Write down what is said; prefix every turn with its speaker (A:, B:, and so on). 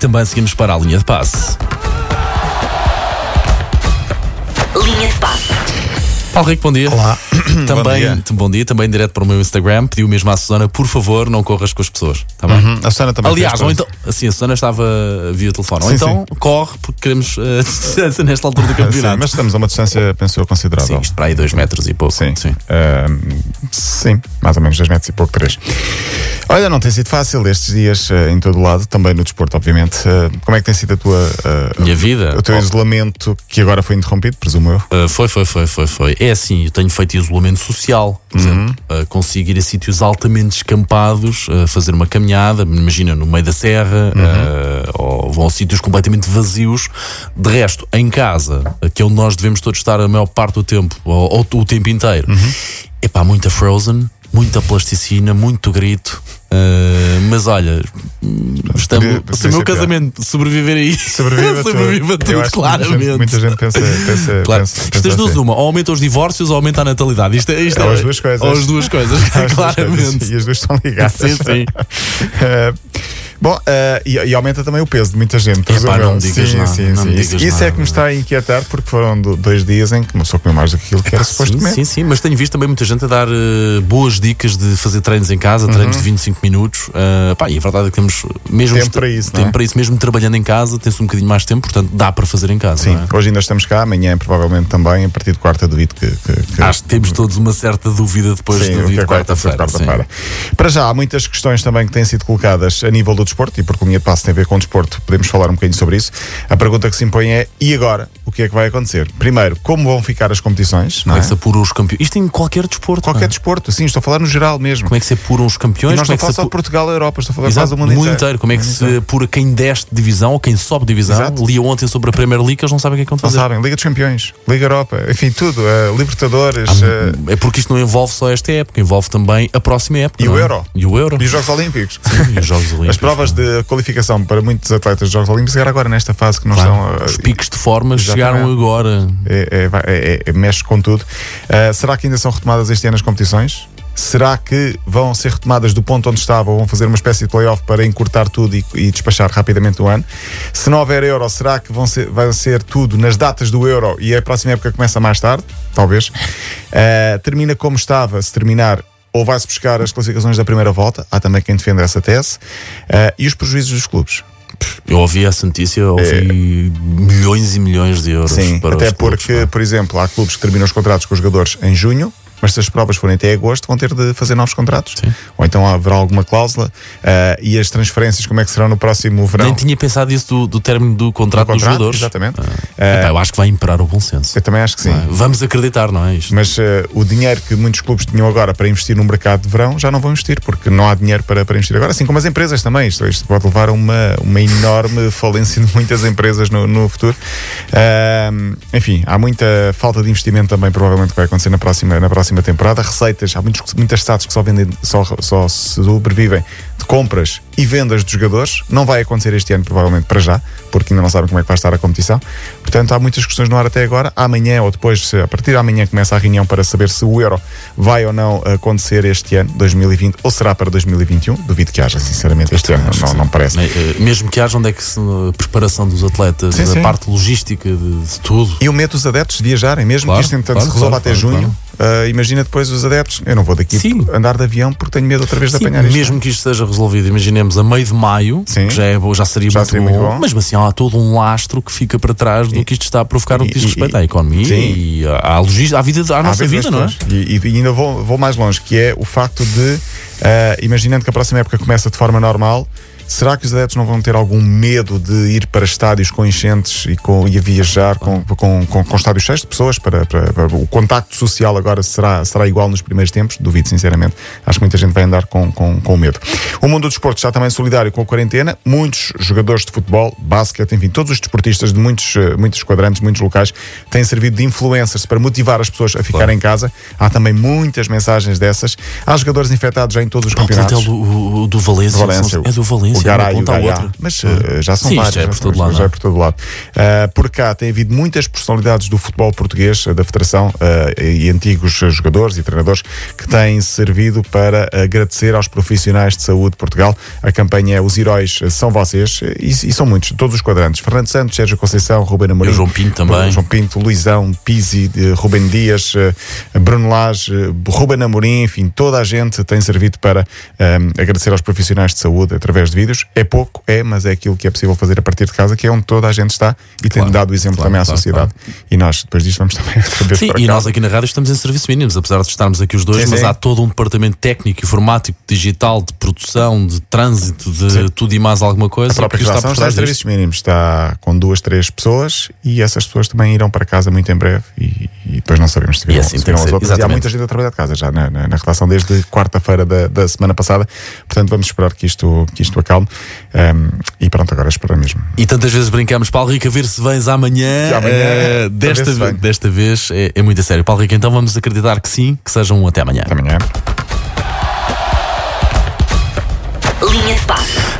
A: Também seguimos para a linha de passe.
B: Linha de passe.
A: Paulo Rico, bom dia.
C: Olá.
A: Também,
C: Bom dia.
A: t- bom dia, também direto para o meu Instagram, pediu mesmo à Susana, por favor, não corras com as pessoas. Está bem?
C: Hum, A Susana também
A: Aliás,
C: fez
A: ou
C: coisa.
A: então, assim, a Susana estava via telefone. ou
C: Sim,
A: então corre, porque queremos eh, distância nesta altura do
C: Ah, Sim,
A: campeonato.
C: mas estamos a uma distância, penso eu,
A: Sim,
C: considerável.
A: isto para aí dois metros e pouco.
C: Sim. Ah, sim, mais ou menos 2 metros e pouco, 3. Olha, não tem sido fácil estes dias ah, em todo o lado, também no desporto, obviamente. Ah, como é que tem sido a tua. ah,
A: Minha vida?
C: O teu isolamento que agora foi interrompido, presumo eu.
A: Uh, foi, foi, foi, foi, foi. É assim, eu tenho feito isolamento social, por
C: Uhum.
A: exemplo. Uh, consigo ir a sítios altamente escampados, uh, fazer uma caminhada, imagina, no meio da serra,
C: Uhum.
A: uh, ou vão a sítios completamente vazios. De resto, em casa, uh, que é onde nós devemos todos estar a maior parte do tempo, ou, ou o tempo inteiro,
C: Uhum.
A: é pá, muita Frozen, muita plasticina, muito grito. Uh, mas olha, hum, estamos,
C: Podia- podia
A: se o meu
C: ser pior.
A: casamento sobreviver aí, sobrevive a
C: Eu
A: tudo,
C: acho que muita gente-
A: claramente.
C: Muita gente pensa. pensa,
A: Claro.
C: pensa,
A: Isto
C: pensa
A: das duas
C: assim.
A: uma, ou aumenta os divórcios ou aumenta a natalidade. Isto, é- isto
C: Ou
A: é-
C: as duas coisas.
A: Ou as duas coisas,
C: As duas coisas,
A: claramente.
C: E as duas estão ligadas.
A: Sim, sim.
C: Eh, Bom, eh, e, e aumenta também o peso de muita gente. presumo
A: não
C: eu.
A: me digas
C: sim,
A: nada,
C: sim,
A: não
C: sim.
A: me
C: Isso,
A: digas
C: isso é
A: nada.
C: que me está a inquietar porque foram do- dois dias em que começou a comer mais do que aquilo que era suposto
A: Sim,
C: comer.
A: sim, sim, mas tenho visto também muita gente a dar eh, boas dicas de fazer treinos em casa, treinos de 25 minutos. Eh, pá, e a verdade é que temos mesmo
C: Uhum. Tempo para isso, não
A: tempo
C: é?
A: para isso, mesmo trabalhando em casa, tem-se um bocadinho mais tempo, portanto dá para fazer em casa.
C: Sim,
A: não é?
C: hoje ainda estamos cá, amanhã provavelmente também, a partir de quarta duvido que, que, que-
A: Acho que temos todos uma certa dúvida depois
C: Uhum. Sim,
A: do
C: o que
A: dia de
C: é quarta-feira.
A: quarta-feira.
C: quarta-feira. Para já, há muitas questões também que têm sido colocadas a nível do desporto, e porque o Minha de Passo tem a ver com o desporto, podemos falar um bocadinho sobre isso. A pergunta que se impõe é: e agora? O que é que vai acontecer? Primeiro, como vão ficar as competições? Não é?
A: Começa por os campeões. Isto em qualquer desporto. não
C: Qualquer
A: é?
C: desporto, sim, estou a falar no geral mesmo.
A: Como é que se apuram os campeões?
C: E nós
A: como
C: não
A: é que se
C: falamos só de
A: apu-
C: Portugal e Europa, estou a falar
A: Exato,
C: quase do mundo inteiro. Uhum.
A: Como é que se apura quem desce de divisão ou quem sobe de divisão?
C: Exato.
A: Lia ontem sobre a Premier League, eles não sabem o que é que vão
C: Não
A: fazer.
C: sabem, Liga dos Campeões, Liga Europa, enfim, tudo, eh, Libertadores eh,
A: É porque isto não envolve só esta época, envolve também a próxima época.
C: E o
A: não é?
C: Euro.
A: E o Euro.
C: e os Jogos Olímpicos.
A: E os Jogos Olímpicos.
C: As provas de qualificação para muitos atletas dos Jogos Olímpicos era agora, nesta fase que não
A: Claro.
C: estão. eh,
A: Os picos de forma chegaram
C: Exatamente.
A: agora.
C: é- é- vai- é- é- mexe com tudo. Ah, será que ainda são retomadas este ano as competições? Será que vão ser retomadas do ponto onde estavam? Vão fazer uma espécie de playoff para encurtar tudo e, e despachar rapidamente o ano? Se não houver euro, será que vão ser, vai ser tudo nas datas do euro e a próxima época começa mais tarde? Talvez. Ah, termina como estava, se terminar. Ou vai-se buscar as classificações da primeira volta, há também quem defenda essa tese, Ah, e os prejuízos dos clubes.
A: Eu ouvi essa notícia, ouvi milhões e milhões de euros.
C: É. Sim,
A: para
C: até
A: os clubes,
C: porque,
A: pá.
C: por exemplo, há clubes que terminam os contratos com os jogadores em junho, mas se as provas forem até agosto, vão ter de fazer novos contratos.
A: Sim.
C: Ou então haverá alguma cláusula. ah, e as transferências, como é que serão no próximo verão?
A: Nem tinha pensado isso do, do término do contrato,
C: contrato,
A: dos jogadores. Ah.
C: exatamente.
A: Epá, eu acho que vai imperar o bom senso.
C: Eu também acho que sim.
A: Não é? Vamos acreditar, não é? Isto
C: Mas ah, o dinheiro que muitos clubes tinham agora para investir no mercado de verão já não vão investir, porque não há dinheiro para, para investir agora, assim como as empresas também. Isto, isto pode levar a uma, uma enorme falência de muitas empresas no, no futuro. Ah, enfim, há muita falta de investimento também, provavelmente, que vai acontecer na próxima, na próxima temporada. Receitas, há muitos, muitas estados que só, vendem, só, só sobrevivem de compras e vendas dos jogadores. Não vai acontecer este ano, provavelmente, para já, porque ainda não sabem como é que vai estar a competição. Portanto, há muitas questões no ar até agora. Amanhã ou depois, se- a partir de amanhã, começa a reunião para saber se o Euro vai ou não acontecer este ano, 2020, ou será para 2021. Duvido que haja, sinceramente, este ano. Não, não parece.
A: Me- eh, Mesmo que haja onde é que se, a preparação dos atletas,
C: Sim,
A: a
C: sim.
A: parte logística de, de tudo.
C: E o medo dos adeptos de viajarem, mesmo
A: Claro,
C: que isto entanto
A: claro,
C: se resolva
A: claro,
C: até
A: claro,
C: junho. ah, imagina depois os adeptos. Eu não vou daqui
A: Sim.
C: andar de avião porque tenho medo outra vez de
A: Sim,
C: apanhar isto. é?
A: mesmo que isto seja resolvido, imaginemos a meio de maio,
C: Sim.
A: que já, é, bo- já seria,
C: Já
A: muito,
C: seria
A: bom,
C: muito bom.
A: mas assim há todo um lastro que fica para trás do que isto está a provocar no que diz
C: e-
A: respeito
C: e-
A: à economia
C: sim.
A: e à, à logística, à, vida, de- à nossa
C: vezes
A: vida, não é?
C: nas pessoas. E, e ainda vou, vou mais longe, que é o facto de, ah, imaginando que a próxima época começa de forma normal, será que os adeptos não vão ter algum medo de ir para estádios com enchentes e, com, e a viajar com, com, com, com estádios cheios de pessoas? Para, para- para- o contacto social agora será, será igual nos primeiros tempos? Duvido, sinceramente. Acho que muita gente vai andar com, com, com medo. O mundo do desporto está também solidário com a quarentena. Muitos jogadores de futebol, basquete, enfim, todos os desportistas de muitos, eh, muitos quadrantes, muitos locais, têm servido de influencers para motivar as pessoas a ficarem em casa. Há também muitas mensagens dessas. Há jogadores infectados já em todos os
A: Pá, O
C: campeonatos.
A: plantel é do, o- o do Valência,
C: Valência,
A: são- é do Valência.
C: o
A: de uma
C: Garay, o
A: ponta à
C: Gaiá.
A: outra.
C: Mas
A: Ah.
C: eh, já são
A: Sim, isto
C: vários.
A: já é por
C: são-
A: todo lado,
C: já
A: não
C: é
A: é?
C: por todo lado. Ah, por cá tem havido muitas personalidades do futebol português, ah, da Federação, ah, e antigos ah, jogadores e treinadores que têm servido para agradecer aos profissionais de saúde de Portugal. A campanha é Os Heróis São Vocês, eh, e, e são muitos, de todos os quadrantes. Fernando Santos, Sérgio Conceição, Ruben Amorim.
A: E o João Pinto também.
C: João Pinto, Luizão, Pizzi, eh, Ruben Dias, eh, Bruno Lage, eh, Ruben Amorim, enfim, toda a gente tem servido para eh, agradecer aos profissionais de saúde através de vídeos. É pouco, é, mas é aquilo que é possível fazer a partir de casa, que é onde toda a gente está e tem dado o exemplo
A: claro,
C: também à
A: claro,
C: sociedade. E nós, depois disto, vamos também outra vez
A: Sim,
C: para
A: e
C: cá.
A: nós aqui na rádio estamos em serviço mínimos, apesar de estarmos aqui os dois,
C: Sim,
A: mas
C: sim.
A: há todo um departamento técnico, informático, digital, de produção, de trânsito, de tudo e mais alguma coisa.
C: A própria
A: que está
C: relação
A: por
C: está em
A: trás disto.
C: serviços mínimos, está com duas, três pessoas e essas pessoas também irão para casa muito em breve e, e depois não sabemos
A: E
C: se virão,
A: assim
C: se
A: tem que
C: virão as
A: ser,
C: outras. E há
A: exatamente.
C: muita gente a trabalhar de casa já na, na, na relação desde quarta-feira da, da semana passada, portanto vamos esperar que isto, que isto acalme Ahm, e pronto, agora esperar mesmo.
A: E tantas vezes brincamos, Paulo Rico, a ver se vens amanhã.
C: Já amanhã,
A: eh,
C: a ver
A: desta,
C: se
A: ve-
C: venho.
A: desta vez é, é muito a sério. Paulo Rico, então vamos acreditar que sim, que sejam um até amanhã.
C: Até amanhã.
B: Linha de passe.